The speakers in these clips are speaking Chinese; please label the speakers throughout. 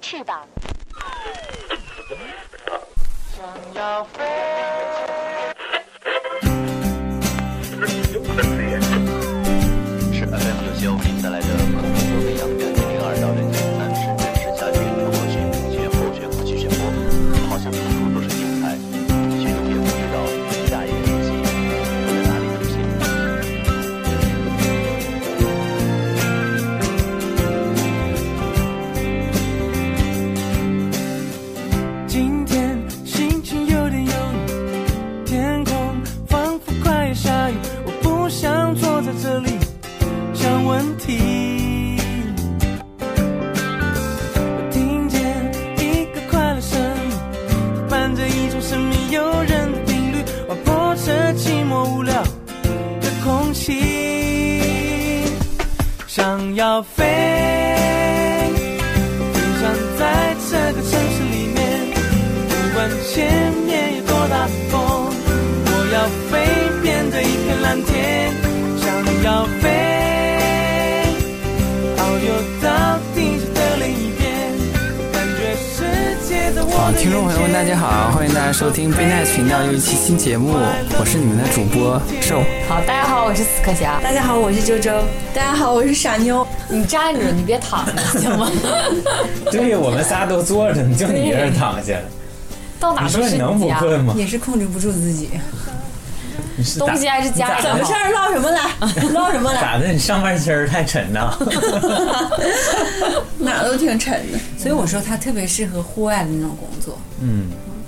Speaker 1: 翅膀。
Speaker 2: 想要飞，
Speaker 3: 是 FM 九七五零带来的《昆明多飞扬》远零零二到零零三深圳市家居中国区并且后学国际选播，好像处处都是精彩，却永远不知道下一个星期会在哪里出现。
Speaker 4: 今天心情有点忧郁，天空仿佛快要下雨，我不想坐在这里想问题。我听见一个快乐声音，伴着一种神秘诱人的定律，划破这寂寞无聊的空气。想要飞，飞翔在这个城市里面。不管前面有多大的风，我要飞，变得一片蓝天。想要飞，遨游到地球的另一边，感觉世界在我
Speaker 5: 啊
Speaker 4: 的，眼前。
Speaker 5: 听众朋友们，大家好，欢迎大家收听 b n i c 频道又一期新节目，我是你们的主播瘦。
Speaker 6: 好，大家好，我是死磕侠。
Speaker 7: 大家好，我是周周。大家好，我是傻妞。
Speaker 6: 你站着，你别躺着， 行吗？
Speaker 8: 对我们仨都坐着，你就你一人躺下，
Speaker 6: 到哪
Speaker 8: 你
Speaker 6: 都
Speaker 8: 说
Speaker 6: 是
Speaker 8: 你能不
Speaker 6: 家。
Speaker 8: 困吗？
Speaker 7: 也是控制不住自己，
Speaker 8: 你是
Speaker 6: 东西啊还是家
Speaker 8: 咋咋
Speaker 6: 里的
Speaker 8: 的
Speaker 7: 这
Speaker 6: 好。
Speaker 7: 儿唠什么 来？唠什么来？
Speaker 8: 咋的？你上半身儿太沉 呐。
Speaker 9: 哪都挺沉的。
Speaker 7: 所以我说他特别适合户外的那种工作。
Speaker 8: 嗯，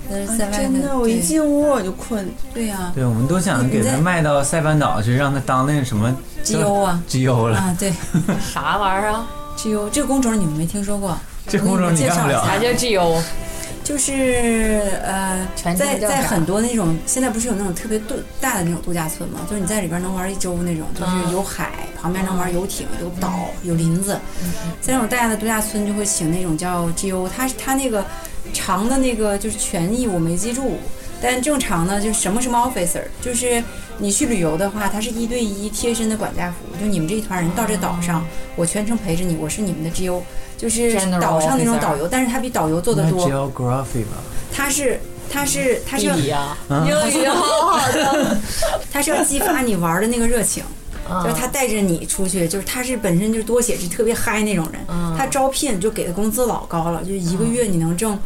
Speaker 7: 但是在外面，
Speaker 9: 真的，我一
Speaker 7: 对
Speaker 9: 进屋我就困。
Speaker 7: 对啊呀、
Speaker 8: 对，我们都想给他卖到塞班岛去，让他当那个什么
Speaker 7: GO 啊
Speaker 8: ，GO 了。
Speaker 7: 啊，对
Speaker 6: 啥玩意儿啊？
Speaker 7: ，G U 这个工种你们没听说过？
Speaker 8: 这工种你干不了
Speaker 6: 啥叫 GO？
Speaker 7: 就是呃，
Speaker 6: 全
Speaker 7: 在
Speaker 6: 程叫啥
Speaker 7: 在很多那种现在不是有那种特别度大的那种度假村嘛，就是你在里边能玩一周那种，
Speaker 6: 嗯
Speaker 7: 就是有海，旁边能玩游艇，有岛，有林子，
Speaker 6: 嗯
Speaker 7: 在那种大的度假村就会请那种叫 GO，它它那个长的那个就是权益我没记住。但正常呢，就是什么什么 officer，就是你去旅游的话，它是一对一贴身的管家服务，就你们这一团人到这岛上，我全程陪着你，我是你们的 GO，就是
Speaker 6: 嗯 General
Speaker 7: 岛上那种
Speaker 6: officer
Speaker 7: 导游，但是他比导游做的
Speaker 8: 那
Speaker 7: 多。
Speaker 8: geography 吧，
Speaker 7: 它是它是它是
Speaker 6: 地
Speaker 7: 要
Speaker 6: 理呀，
Speaker 7: 英语好好
Speaker 6: 嗯
Speaker 7: 的，它是要激发你玩的那个热情。就是他带着你出去，就是他是本身就是多血质特别嗨那种人，
Speaker 6: 嗯
Speaker 7: 他招聘就给的工资老高了，就一个月你能挣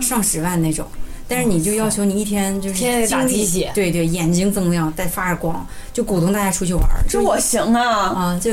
Speaker 7: 上十万那种，但是你就要求你一天就是
Speaker 6: 天天得打
Speaker 7: 精力
Speaker 6: 鸡血
Speaker 7: 对对，眼睛增亮，带发着光，就鼓动大家出去玩儿。
Speaker 9: 这我行啊，
Speaker 7: 啊，就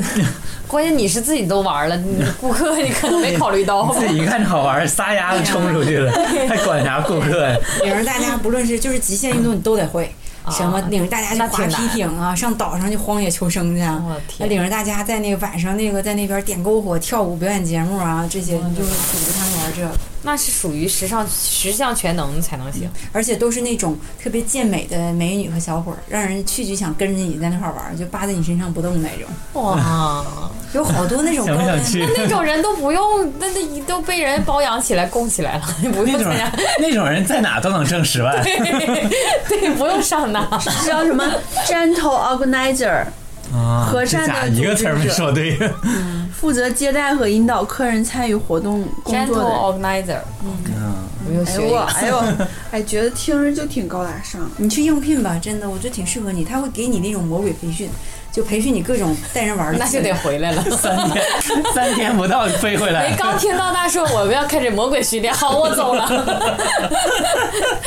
Speaker 6: 关键你是自己都玩了，你顾客你可能没考虑到。
Speaker 8: 自己一看这好玩儿，撒丫子冲出去了，还管啥顾客呀？
Speaker 7: 比如大家不论是就是极限运动，你都得会。什么领着大家去
Speaker 6: 啊那挺
Speaker 7: 划皮
Speaker 6: 难
Speaker 7: 艇啊，上岛上去荒野求生去啊
Speaker 6: 我的，
Speaker 7: 那
Speaker 6: 天
Speaker 7: 领着大家在那个晚上那个在那边点篝火、跳舞、表演节目啊，这些你
Speaker 6: 嗯
Speaker 7: 就组织他们玩这个，
Speaker 6: 那是属于时尚十项全能才能行。
Speaker 7: 而且都是那种特别健美的美女和小伙儿，让人去就想跟着你在那块儿玩，就扒在你身上不动那种。
Speaker 6: 哇，
Speaker 7: 有好多那种 高
Speaker 8: 想不
Speaker 7: 端
Speaker 8: 想，去？
Speaker 6: 那种人都不用，那那都被人包养起来、供起来了，不
Speaker 8: 那
Speaker 6: 用
Speaker 8: 种
Speaker 6: 参加，
Speaker 8: 那种人在哪都能挣十万。
Speaker 6: 对，不用上当。
Speaker 9: 叫什么 gentle organizer，
Speaker 8: 啊
Speaker 9: 和
Speaker 8: 这
Speaker 9: 善的
Speaker 8: 家
Speaker 9: 组
Speaker 8: 一个词儿没
Speaker 9: 织者
Speaker 8: 说对。
Speaker 9: 负责接待和引导客人参与活动工
Speaker 6: Gentle
Speaker 9: 作的人。
Speaker 6: organizer，
Speaker 8: 嗯，
Speaker 6: 不用
Speaker 9: 哎
Speaker 6: 学
Speaker 9: 呦 我，
Speaker 6: 一个。
Speaker 9: 哎呦，哎，觉得听着就挺高大上。
Speaker 7: 你去应聘吧，真的，我觉得挺适合你。他会给你那种魔鬼培训，就培训你各种带人玩儿 的
Speaker 6: 那
Speaker 7: 技
Speaker 6: 就
Speaker 7: 能。
Speaker 6: 得回 来了。
Speaker 8: 三天三天不到飞回
Speaker 6: 哎，
Speaker 8: 来，
Speaker 6: 刚听到他说我们要开始魔鬼训练，好，我走 了。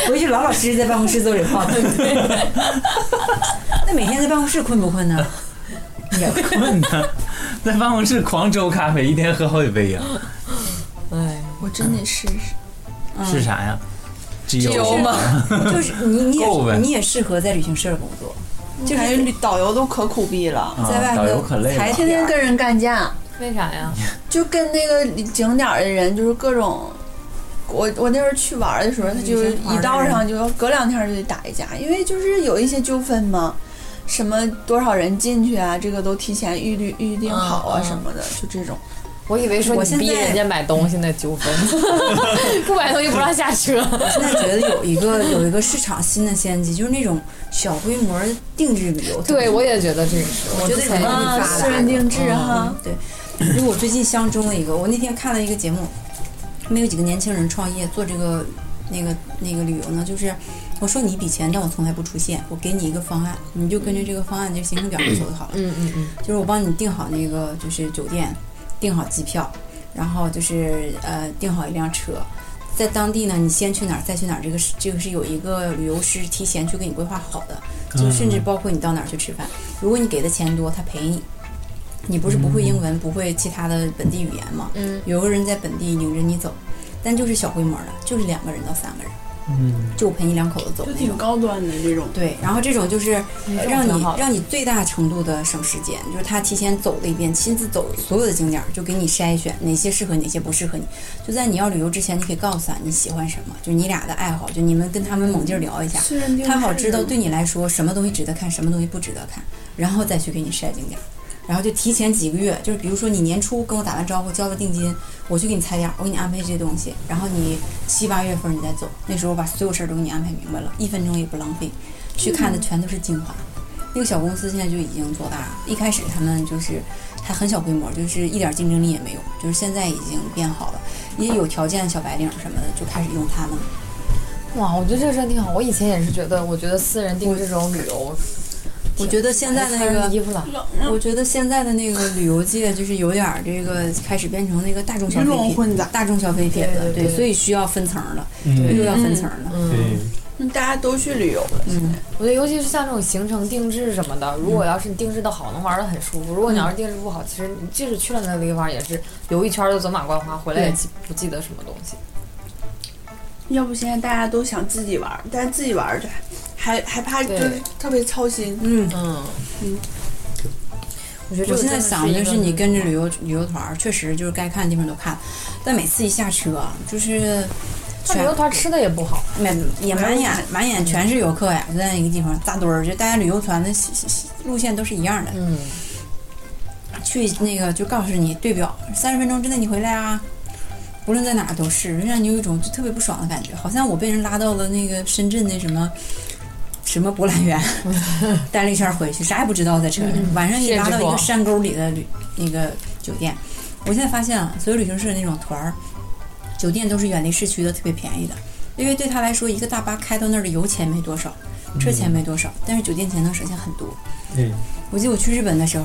Speaker 7: 回去老老实实在办公室坐着泡。那每天在办公室困不困呢？也困。
Speaker 8: 困呢，在办公室狂周咖啡，一天喝好几杯呀。
Speaker 6: 哎，
Speaker 9: 我真得试试。
Speaker 8: 是啥呀？机
Speaker 9: 油吗？
Speaker 7: 就是你你
Speaker 8: 够呗
Speaker 7: 也你也适合在旅行社工作，
Speaker 9: 就感觉导游都可苦逼了，
Speaker 8: 啊
Speaker 7: 在外
Speaker 8: 导游
Speaker 7: 头
Speaker 8: 可累
Speaker 7: 踩
Speaker 8: 了，
Speaker 9: 天天跟人干架，
Speaker 6: 为啥呀？
Speaker 9: 就跟那个景点儿的人就是各种。我我那时候去玩儿的时候，他就
Speaker 7: 旅行团
Speaker 9: 一
Speaker 7: 儿的
Speaker 9: 道
Speaker 7: 人
Speaker 9: 上就隔两天就得打一架，因为就是有一些纠纷嘛，什么多少人进去啊，这个都提前预定预定好啊
Speaker 6: 嗯嗯
Speaker 9: 什么的，就这种。
Speaker 6: 我以为说
Speaker 7: 我
Speaker 6: 你
Speaker 7: 现在
Speaker 6: 逼人家买东西那纠纷， 不买东西不让下车。
Speaker 7: 现在觉得有一个有一个市场新的先机，就是那种小规模的定制旅游。
Speaker 6: 对，我也觉得这个是，
Speaker 7: 我觉得
Speaker 6: 之前
Speaker 7: 你
Speaker 6: 也
Speaker 7: 嗯
Speaker 9: 啊，私人定制哈，
Speaker 7: 啊对，因为我最近相中了一个，我那天看了一个节目，他们有几个年轻人创业做这个那个那个旅游呢，就是我收你一笔钱，但我从来不出现，我给你一个方案，你就根据这个方案这个行程表走就好了。
Speaker 6: 嗯嗯嗯，
Speaker 7: 就是我帮你订好那个就是酒店，订好机票，然后就是呃订好一辆车，在当地呢你先去哪儿再去哪儿，这个是这个是有一个旅游师提前去给你规划好的，就甚至包括你到哪儿去吃饭，如果你给的钱多，他陪你。你不是不会英文，不会其他的本地语言吗？
Speaker 6: 嗯，
Speaker 7: 有个人在本地领着你走，但就是小规模的，就是两个人到三个人，
Speaker 8: 嗯，
Speaker 7: 就我陪你两口子走
Speaker 1: 就
Speaker 7: 那
Speaker 1: 挺
Speaker 7: 种。
Speaker 1: 高端的这种。
Speaker 7: 对，然后这种就是
Speaker 6: 嗯这种
Speaker 7: 让
Speaker 6: 挺
Speaker 7: 你
Speaker 6: 好的
Speaker 7: 让你最大程度的省时间，就是他提前走了一遍，亲自走所有的景点儿，就给你筛选哪些适合你，哪些不适合你。就在你要旅游之前，你可以告诉他你喜欢什么，就你俩的爱好，就你们跟他们猛劲儿聊一下，
Speaker 1: 私人定
Speaker 7: 他好
Speaker 1: 制
Speaker 7: 知道
Speaker 1: 的
Speaker 7: 对你来说什么东西值得看，什么东西不值得看，然后再去给你筛景点儿。然后就提前几个月，就是比如说你年初跟我打完招呼交了定金，我去给你踩点儿，我给你安排这些东西，然后你七八月份你再走，那时候我把所有事儿都给你安排明白了，一分钟也不浪费，去看的全都是精华。那个小公司现在就已经做大了，一开始他们就是还很小规模，就是一点竞争力也没有，就是现在已经变好了，也有条件的小白领什么的就开始用他们了。
Speaker 6: 哇，我觉得这个真的挺好。我以前也是觉得，我觉得私人订这种旅游，
Speaker 7: 我觉得现在的那
Speaker 6: 穿
Speaker 7: 个
Speaker 6: 上衣服了，
Speaker 9: 嗯
Speaker 7: 我觉得现在的那个旅游界就是有点儿这个开始变成那个大众消
Speaker 1: 鱼龙
Speaker 7: 费品，
Speaker 1: 混杂，
Speaker 7: 大众消费品
Speaker 6: 对
Speaker 7: 了，
Speaker 6: 对对
Speaker 7: 所以需要分层儿了，
Speaker 8: 嗯
Speaker 7: 又要分层儿了。
Speaker 8: 对
Speaker 6: 嗯，，
Speaker 1: 嗯大家都去旅游了。
Speaker 7: 嗯，
Speaker 6: 我觉得尤其是像这种行程定制什么的，如果要是你定制的好，能玩的很舒服；如果你要是定制不好，其实你即使去了那个地方，也是游一圈儿就走马观花，回来也
Speaker 7: 对
Speaker 6: 记不记得什么东西。
Speaker 1: 要不现在大家都想自己玩儿，但是自己玩儿就还还怕就
Speaker 6: 对
Speaker 1: 是特别操心。
Speaker 7: 嗯，
Speaker 6: 嗯
Speaker 1: 嗯，
Speaker 6: 我觉得这
Speaker 7: 我
Speaker 6: 个
Speaker 7: 现
Speaker 6: 真
Speaker 7: 在
Speaker 6: 的
Speaker 7: 想的就是
Speaker 6: 一个
Speaker 7: 你跟着旅游旅游团儿，确实就是该看的地方都看，但每次一下车就是
Speaker 6: 那旅游
Speaker 7: 全
Speaker 6: 团吃的也不好，
Speaker 7: 满也满眼满眼全是游客呀，就在一个地方扎堆儿，就大家旅游团的西西西路线都是一样的，
Speaker 6: 嗯，
Speaker 7: 去那个就告诉你对表，三十分钟之内你回来啊。无论在哪儿都是，让你有一种就特别不爽的感觉，好像我被人拉到了那个深圳那什么什么博览园，待了一圈儿回去，啥也不知道在车上。晚上一拉到一个山沟里的旅那个酒店，我现在发现啊，所有旅行社那种团儿，酒店都是远离市区的，特别便宜的，因为对他来说，一个大巴开到那儿的油钱没多少，车钱没多少，但是酒店钱能省下很多。
Speaker 8: 对，
Speaker 7: 我记得我去日本的时候，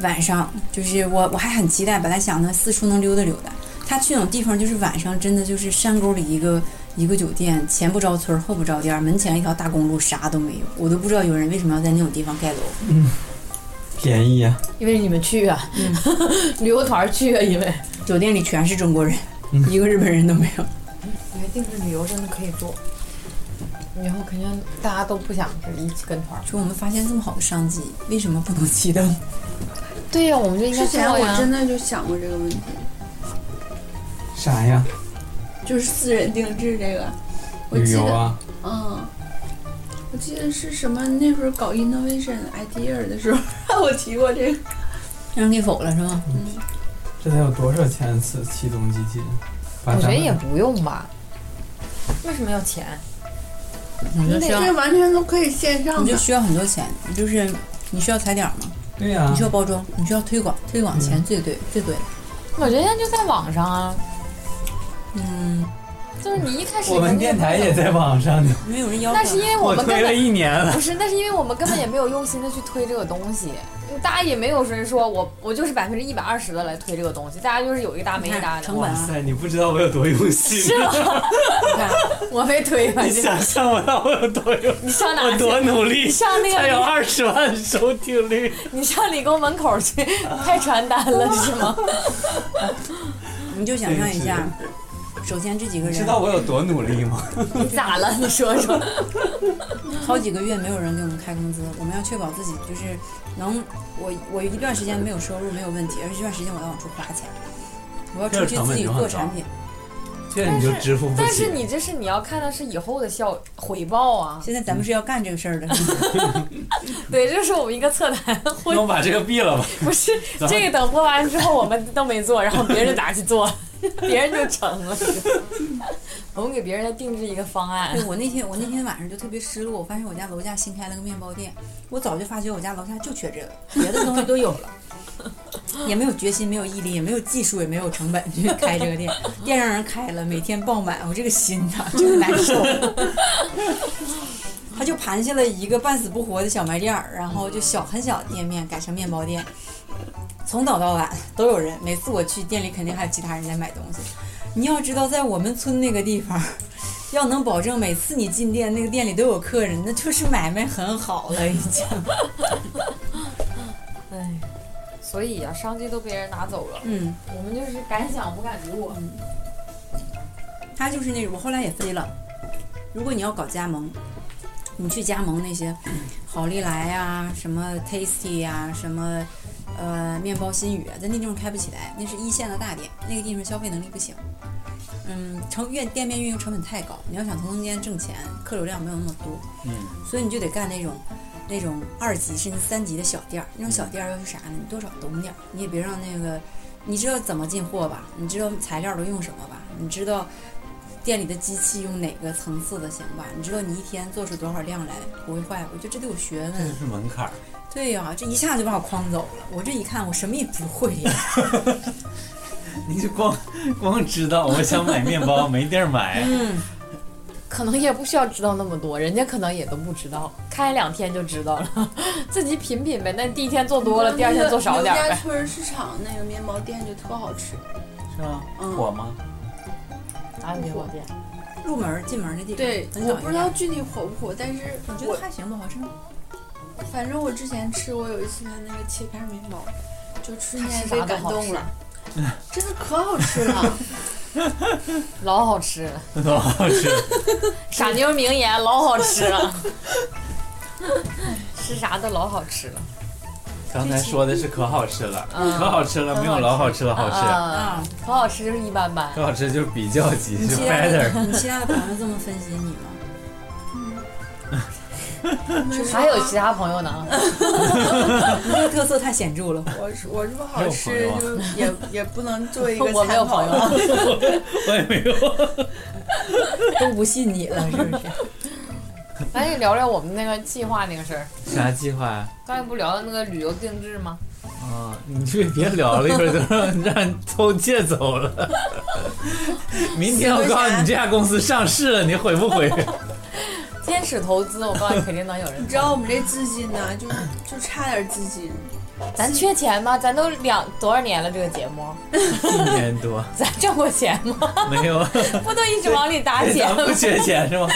Speaker 7: 晚上就是我我还很期待，本来想呢四处能溜达溜达。他去那种地方，就是晚上真的就是山沟里一个一个酒店，前不着村后不着店，门前一条大公路，啥都没有，我都不知道有人为什么要在那种地方盖楼。
Speaker 8: 便宜啊，
Speaker 6: 因为你们去啊， 旅游团去啊，因为
Speaker 7: 酒店里全是中国人，一个日本人都没有。
Speaker 6: 我觉得定制旅游真的可以做，以后肯定大家都不想是一起跟团儿。
Speaker 7: 就我们发现这么好的商机，为什么不能启动？
Speaker 6: 对呀、我们就应该
Speaker 1: 之
Speaker 6: 做
Speaker 1: 前我
Speaker 6: 呀。
Speaker 1: 真的就想过这个问题，
Speaker 8: 啥呀？
Speaker 1: 就是私人定制这个。我
Speaker 8: 旅
Speaker 1: 记
Speaker 8: 游
Speaker 1: 得，
Speaker 8: 啊，
Speaker 1: 嗯，我记得是什么那会儿搞 innovation idea 的时候，我提过这个。
Speaker 7: 让人给否了是吗？
Speaker 8: 这得有多少钱次启动基金？把
Speaker 6: 我觉
Speaker 8: 咱
Speaker 6: 得
Speaker 8: 们
Speaker 6: 也不用吧。为什么要钱？
Speaker 7: 我觉得需要，
Speaker 1: 这完全都可以线上
Speaker 7: 你就
Speaker 1: 的，
Speaker 7: 需要很多钱，就是你需要踩点儿吗？
Speaker 8: 对呀
Speaker 7: 你需，要包装，你需要推广，推广钱最对最对了。
Speaker 6: 我觉得现在就在网上啊，
Speaker 7: 嗯，
Speaker 6: 就是你一开始
Speaker 8: 我们电台也在网上呢，
Speaker 7: 没有人要求。
Speaker 6: 那是因为我
Speaker 8: 我
Speaker 6: 们
Speaker 8: 推
Speaker 6: 根
Speaker 8: 了
Speaker 6: 本
Speaker 8: 一年了。
Speaker 6: 不是，那是因为我们根本也没有用心的去推这个东西，大家也没有人说我我就是百分之一百二十的来推这个东西，大家就是有一搭没一搭的。
Speaker 7: 成本
Speaker 8: 哇
Speaker 7: 啊，
Speaker 8: 哎塞，你不知道我有多用心，是吗？
Speaker 7: 你看
Speaker 6: 我没推吧？
Speaker 8: 你
Speaker 6: 你
Speaker 8: 想象不到我有多用，
Speaker 6: 你上哪
Speaker 8: 我
Speaker 6: 去？
Speaker 8: 多努力，
Speaker 6: 上那
Speaker 8: 才有
Speaker 6: 个
Speaker 8: 二十万收听率。
Speaker 6: 你上理工门口 去拍传单 了是吗？
Speaker 7: 你就想象一下，首先这几个
Speaker 8: 哎你知
Speaker 7: 人
Speaker 8: 道我有多努力 吗？
Speaker 6: 你咋了？你说说。
Speaker 7: 好几个月没有人给我们开工资，我们要确保自己就是能，我我一段时间没有收入没有问题，而且这段时间我要往出花钱，我要出去自己做产品。
Speaker 8: 这你就支付不
Speaker 6: 但
Speaker 8: 起
Speaker 6: 是。你这是你要看的是以后的效回报啊。
Speaker 7: 现在咱们是要干这个事儿的，
Speaker 6: 对，这是我们一个侧谈会
Speaker 8: 那，我把这个毙了吧。
Speaker 6: 不是 这个等播完之后我们都没 做，然后别人拿去 做，别人就成 了。我们给别人再定制一个方案
Speaker 7: 对，我那天我那天晚上就特别失落，我发现我家楼下新开了个面包店，我早就发觉我家楼下就缺这个，别的东西都有了。 也没有决心，没有毅力，也没有技术，也没有成本去开这个店，店让人开了，每天爆满，我这个心呐、真难受。 他就盘下了一个半死不活的小卖店儿，然后就小很小的店面改成面包店，从早到晚都有人。每次我去店里，肯定还有其他人在买东西。你要知道，在我们村那个地方，要能保证每次你进店，那个店里都有客人，那就是买卖很好了已经。
Speaker 6: 哎，所以啊，商机都被人拿走了，嗯
Speaker 7: 嗯。
Speaker 6: 我们就是敢想不敢做。
Speaker 7: 他就是那种，我后来也分析了，如果你要搞加盟，你去加盟那些 好利来呀、什么 Tasty 呀、什么呃面包新语啊，在那地方开不起来，那是一线的大店，那个地方消费能力不行。嗯，成运店面运营成本太高，你要想从中间挣钱，客流量没有那么多，
Speaker 8: 嗯，
Speaker 7: 所以你就得干那种那种二级甚至三级的小店儿。那种小店儿要求啥呢？你多少懂点儿，你也别让那个，你知道怎么进货吧？你知道材料都用什么吧？你知道店里的机器用哪个层次的行吧？你知道你一天做出多少量来不会坏？我觉得这得有学问
Speaker 8: 这。是门槛儿。
Speaker 7: 对呀、这一下就把我框走了。我这一看，我什么也不会呀。
Speaker 8: 你就光光知道我想买面包没地儿买，
Speaker 7: 嗯，
Speaker 6: 可能也不需要知道那么多，人家可能也都不知道，开两天就知道了， 自己品品呗。那第一天做多了，第二天做少点
Speaker 1: 牛
Speaker 6: 儿
Speaker 1: 家
Speaker 6: 呗。
Speaker 1: 村市场那个面包店就特好吃，
Speaker 8: 是吗？
Speaker 1: 嗯
Speaker 8: 火吗？
Speaker 6: 哪有面包店？
Speaker 7: 入门儿进门儿那地方，
Speaker 1: 对，
Speaker 7: 很
Speaker 1: 我
Speaker 7: 小
Speaker 1: 不知道具体火不火，但是
Speaker 7: 我觉
Speaker 1: 我
Speaker 7: 得还行吧，好吃吗？
Speaker 1: 反正我之前吃过有一次他那个切片面包，就瞬
Speaker 6: 它
Speaker 1: 间
Speaker 6: 是
Speaker 1: 被
Speaker 6: 啥都
Speaker 1: 感
Speaker 6: 好
Speaker 1: 动
Speaker 6: 吃
Speaker 1: 了， 真的可好吃了。
Speaker 6: 老好吃了，
Speaker 8: 多好 吃！
Speaker 6: 傻妞名言老好吃 了，吃啥都老好吃了。
Speaker 8: 刚才说的是可好吃了，
Speaker 6: 嗯
Speaker 8: 可好吃了，没有老好吃了好吃，
Speaker 6: 啊，好好吃就是一般般。
Speaker 8: 可好吃就是比较级，
Speaker 7: 你
Speaker 8: 就
Speaker 7: 其他 的
Speaker 8: better。
Speaker 7: 你其他的朋友这么分析你吗？
Speaker 6: 还有其他朋友呢？
Speaker 7: 你这个特色太显 著了。
Speaker 1: 我是我是不
Speaker 8: 没
Speaker 1: 好
Speaker 8: 有朋
Speaker 1: 吃
Speaker 8: 友啊，
Speaker 1: 就也也不能做一个
Speaker 6: 我没有
Speaker 1: 参考
Speaker 6: 朋友。
Speaker 8: 我也没有。
Speaker 7: 都不信你了，是不是？
Speaker 6: 咱也聊聊我们那个计划那个事儿。
Speaker 8: 啥计划呀？
Speaker 6: 刚才不聊到那个旅游定制吗？
Speaker 8: 啊，你这别聊了，一会儿都让 让人偷窃走 了。明天我告诉你，这家公司上市了，你回不 回？
Speaker 6: 天使投资，我告诉你肯定能有 人
Speaker 1: 你知道我们这资金呢，就就差点资金，
Speaker 6: 咱缺钱吗？咱都两多少年了这个节目，
Speaker 8: 一年多
Speaker 6: 咱挣过钱 吗？
Speaker 8: 没有，
Speaker 6: 不都一直往里搭钱
Speaker 8: 咱
Speaker 6: 吗
Speaker 8: 们不？缺 钱是吗？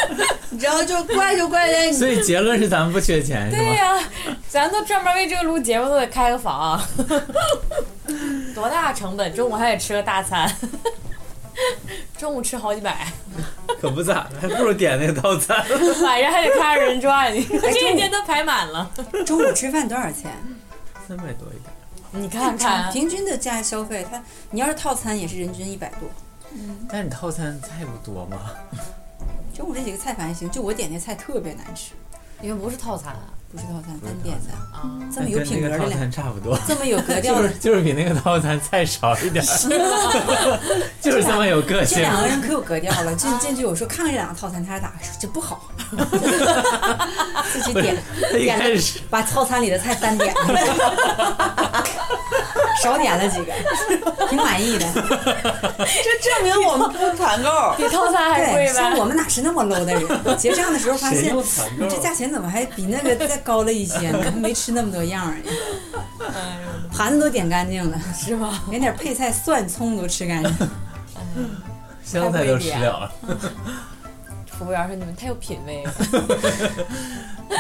Speaker 1: 你知道就怪就怪在你
Speaker 8: 所以结论是咱们不缺钱是
Speaker 6: 对
Speaker 8: 吗？
Speaker 6: 呀、咱都专门为这个录节目都得开个房， 多大成本？中午还得吃个大餐， 中午吃好几百，
Speaker 8: 可不咋的，还不如点那个套餐。
Speaker 6: 晚上还得看二人转，这一天都排满了。
Speaker 7: 中午吃饭多少钱？
Speaker 8: 三百多一点，
Speaker 6: 你看 看，啊
Speaker 7: 平均的价消费，它你要是套餐也是人均一百多。
Speaker 8: 但你套餐菜不多吗？
Speaker 7: 就我这几个菜反还行，就我点那菜特别难吃，
Speaker 6: 因为不是套餐
Speaker 7: 不是套餐
Speaker 8: 是
Speaker 7: 单点的，
Speaker 6: 啊，啊
Speaker 1: 嗯
Speaker 7: 这么有
Speaker 8: 跟
Speaker 7: 品
Speaker 8: 那
Speaker 7: 格
Speaker 8: 个
Speaker 7: 的
Speaker 8: 套
Speaker 7: 两，
Speaker 8: 餐差不 多，
Speaker 7: 这么有格调
Speaker 8: 就
Speaker 7: 的
Speaker 8: 是。就是比那个套餐菜少一点， 就是这么有个
Speaker 7: 啊这
Speaker 8: 性。
Speaker 7: 两个人可有格调了，进进去我说看看这两个套餐，他俩打说这不 好，自己点
Speaker 8: 他一
Speaker 7: 点
Speaker 8: 开
Speaker 7: 了，
Speaker 8: 始
Speaker 7: 把套餐里的菜单点了，少点了几个，挺满意的。
Speaker 1: 这证明我们不团购。
Speaker 6: 比套餐还
Speaker 7: 对，
Speaker 6: 贵
Speaker 7: 像
Speaker 6: 呗。
Speaker 7: 我们哪是那么 low 的人？结账的时候发
Speaker 8: 谁
Speaker 7: 现
Speaker 8: 用团购
Speaker 7: 这价钱怎么还比那个再高了一些呢？没吃那么多样儿呢，
Speaker 6: 哎
Speaker 7: 盘子都点干净了，是吧？连点配菜、蒜、葱都吃干净。
Speaker 8: 香菜都吃了了。
Speaker 6: 服务员说：“你们太有品 位了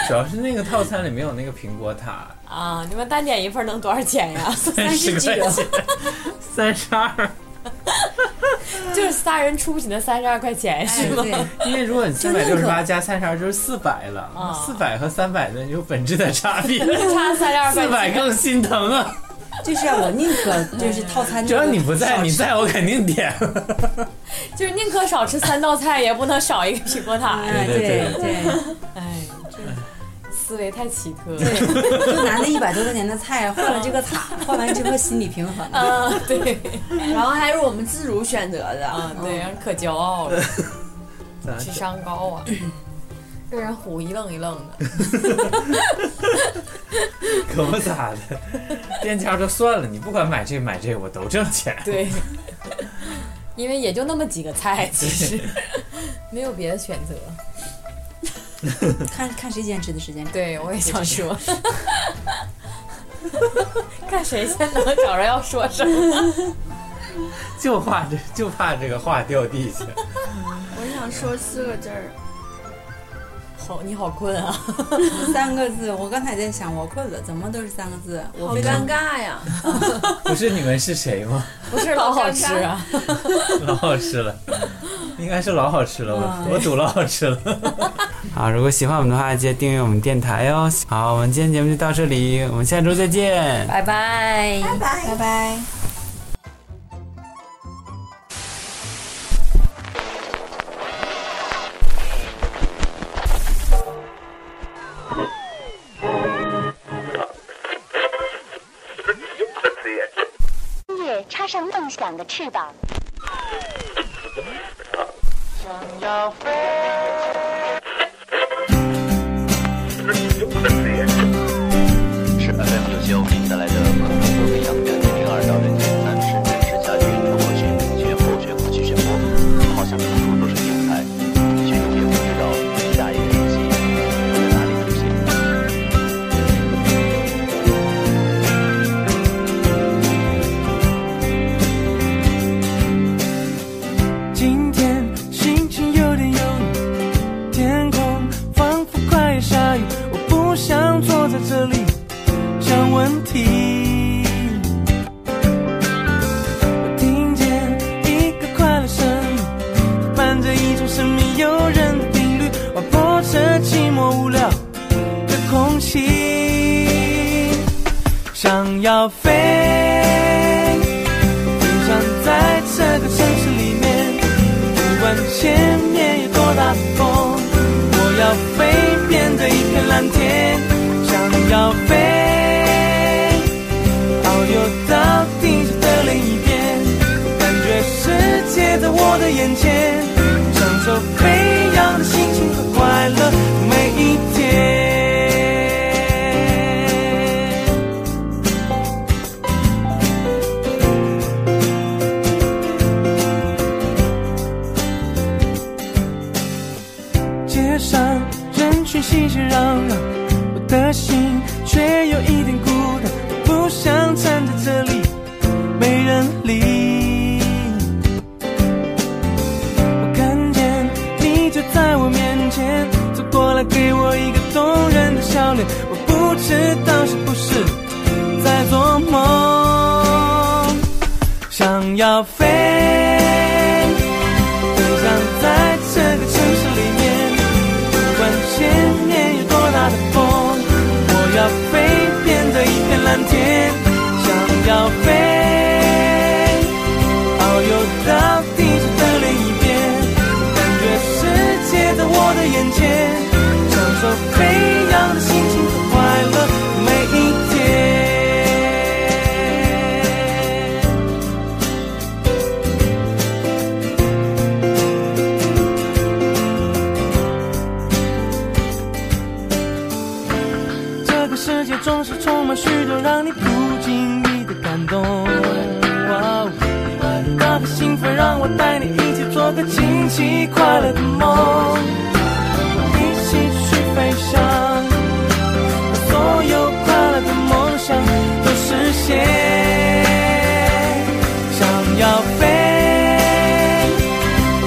Speaker 8: 主要是那个套餐里没有那个苹果塔，
Speaker 6: 啊！你们单点一份能多少钱 呀？
Speaker 8: 三十块钱，三十二。
Speaker 6: 就是仨人出不起那三十二块钱
Speaker 7: 哎，
Speaker 6: 是吗？
Speaker 7: 对，
Speaker 8: 因为如果你三百六十八加三十二就是四百了，
Speaker 6: 啊
Speaker 8: 四百和三百的有本质的差 别，
Speaker 6: 差三十二
Speaker 8: 四
Speaker 6: 块
Speaker 8: 百
Speaker 6: 钱，
Speaker 8: 更心疼啊！
Speaker 7: 就是啊，我宁可就是套餐。
Speaker 8: 只要你不在，你在我肯定 点。
Speaker 6: 就是宁可少吃三道菜，也不能少一个苹果塔呀。
Speaker 7: 哎，
Speaker 8: 对对
Speaker 7: 对对
Speaker 6: 哎，这思维太奇特。
Speaker 7: 对，就拿那一百多块钱的菜换了这个塔，换完之后心理平衡。
Speaker 6: 啊，对，
Speaker 1: 然后还是我们自主选择的，
Speaker 6: 啊，对，让人可骄傲了，
Speaker 8: 咱
Speaker 6: 智商高啊，让人唬一愣一愣的。
Speaker 8: 可不咋的。店家说算了，你不管买这买这，我都挣钱。
Speaker 6: 对，因为也就那么几个菜，其 实没有别的选择。
Speaker 7: 看看谁坚持的时间长。
Speaker 6: 对，我也想说， 看谁先能找着要说什么。
Speaker 8: 就怕这就怕这个话掉地下。
Speaker 1: 我想说四个字儿，
Speaker 6: 好，你好困啊！
Speaker 7: 三个字，我刚才在想，我困了，怎么都是三个字，我
Speaker 1: 好
Speaker 7: 非
Speaker 1: 尴
Speaker 7: 常
Speaker 1: 尬呀！
Speaker 8: 不是你们是谁吗？
Speaker 6: 不是老好吃啊，
Speaker 8: 老好吃了，应该是老好吃了，
Speaker 7: 啊
Speaker 8: 我我赌老好吃了。
Speaker 5: 好，如果喜欢我们的话，记得订阅我们电台哟。好，我们今天节目就到这里，我们下周再见。
Speaker 6: 拜拜。
Speaker 7: 拜拜。
Speaker 10: 音乐插上梦想的翅膀。
Speaker 2: 想要飞。
Speaker 3: 是 FM 九七五零带来的本土河北洋感零二到人间三十真实家居生活区前后全国区选播，好像处处都是精彩，却永远不知道下一个星期会在哪里出现。
Speaker 4: 今天心情有点忧郁，天空仿佛快要下雨，我不想坐在这里想问题。我听见一个快乐声，伴着一种神秘诱人的定律，划破这寂寞无聊的空气。想要飞，飞翔在这个城市里面。不管前面有多大的风，我要飞，变得一片蓝天。想要飞，遨游到地球的另一边，感觉世界在我的眼前，享受飞扬的心情和快乐每一天。街上人群熙熙攘攘，我的心却有一点孤单，不想站在这里没人理。我看见你就在我面前，走过来给我一个动人的笑脸，我不知道是不是在做梦，想要飞。飞翔在这个城市里面，不管前面有多大的风，我要飞，变得一片蓝天。想要飞，遨游到地球的另一边，感觉世界在我的眼前，享受飞扬的心情和快乐每一天。这个世界总是充满许多让你不经意的感动。哇哦打开心扉，让我带你一起做个惊奇快乐的梦，一起去飞翔，把所有快乐的梦想都实现。想要飞，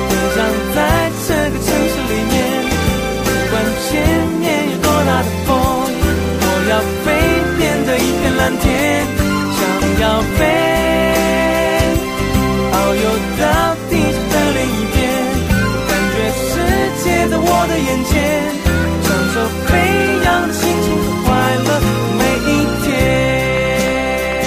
Speaker 4: 飞翔在这个城市里面。不管前面有多大的风，我要飞，变得一片蓝天。想要飞，遨游到地球的另一边，感觉世界在我的眼前，享受飞扬的心情和快乐每一天。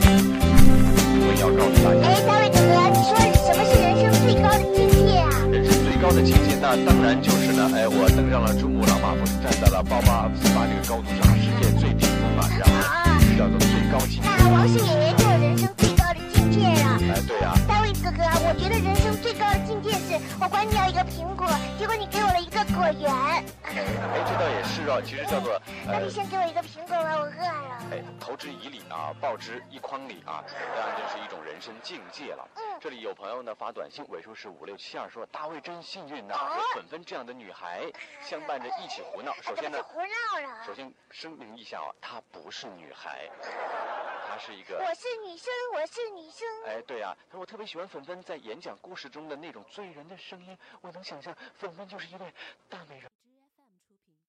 Speaker 3: 我要告诉大家，
Speaker 10: 哎，大卫怎么了？你说什么是人生最高的境界啊？
Speaker 3: 人生最高的境界，那当然就是呢，哎，我登上了珠穆朗玛峰，站在了八八四八这个高度上，世界最低峰嘛，然后
Speaker 10: 啊，
Speaker 3: 叫做最高境界。
Speaker 10: 那王是演员就是人生最高的境界了。
Speaker 3: 哎，对呀、
Speaker 10: 大卫哥哥，我觉得人生最高的境界是我管你要一个苹果，结果你给我了一个果园。
Speaker 3: 哎，这倒也是啊，其实叫做
Speaker 10: 那
Speaker 3: 呃
Speaker 10: 你，先给我一个苹果吧，我饿了。
Speaker 3: 哎，投之以理啊，报之一筐里啊，当然这是一种人生境界了。
Speaker 10: 嗯
Speaker 3: 这里有朋友呢发短信尾数是五六七二说，大卫真幸运呐、
Speaker 10: 啊
Speaker 3: 有粉粉这样的女孩相伴着一起胡闹。首先呢
Speaker 10: 哎这不是，胡闹了。
Speaker 3: 首先声明一下啊，她不是女孩，她是一个。
Speaker 10: 我是女生，我是女生。
Speaker 3: 哎，对啊，他说我特别喜欢粉粉在演讲故事中的那种醉人的声音，我能想象粉粉就是一位大美人。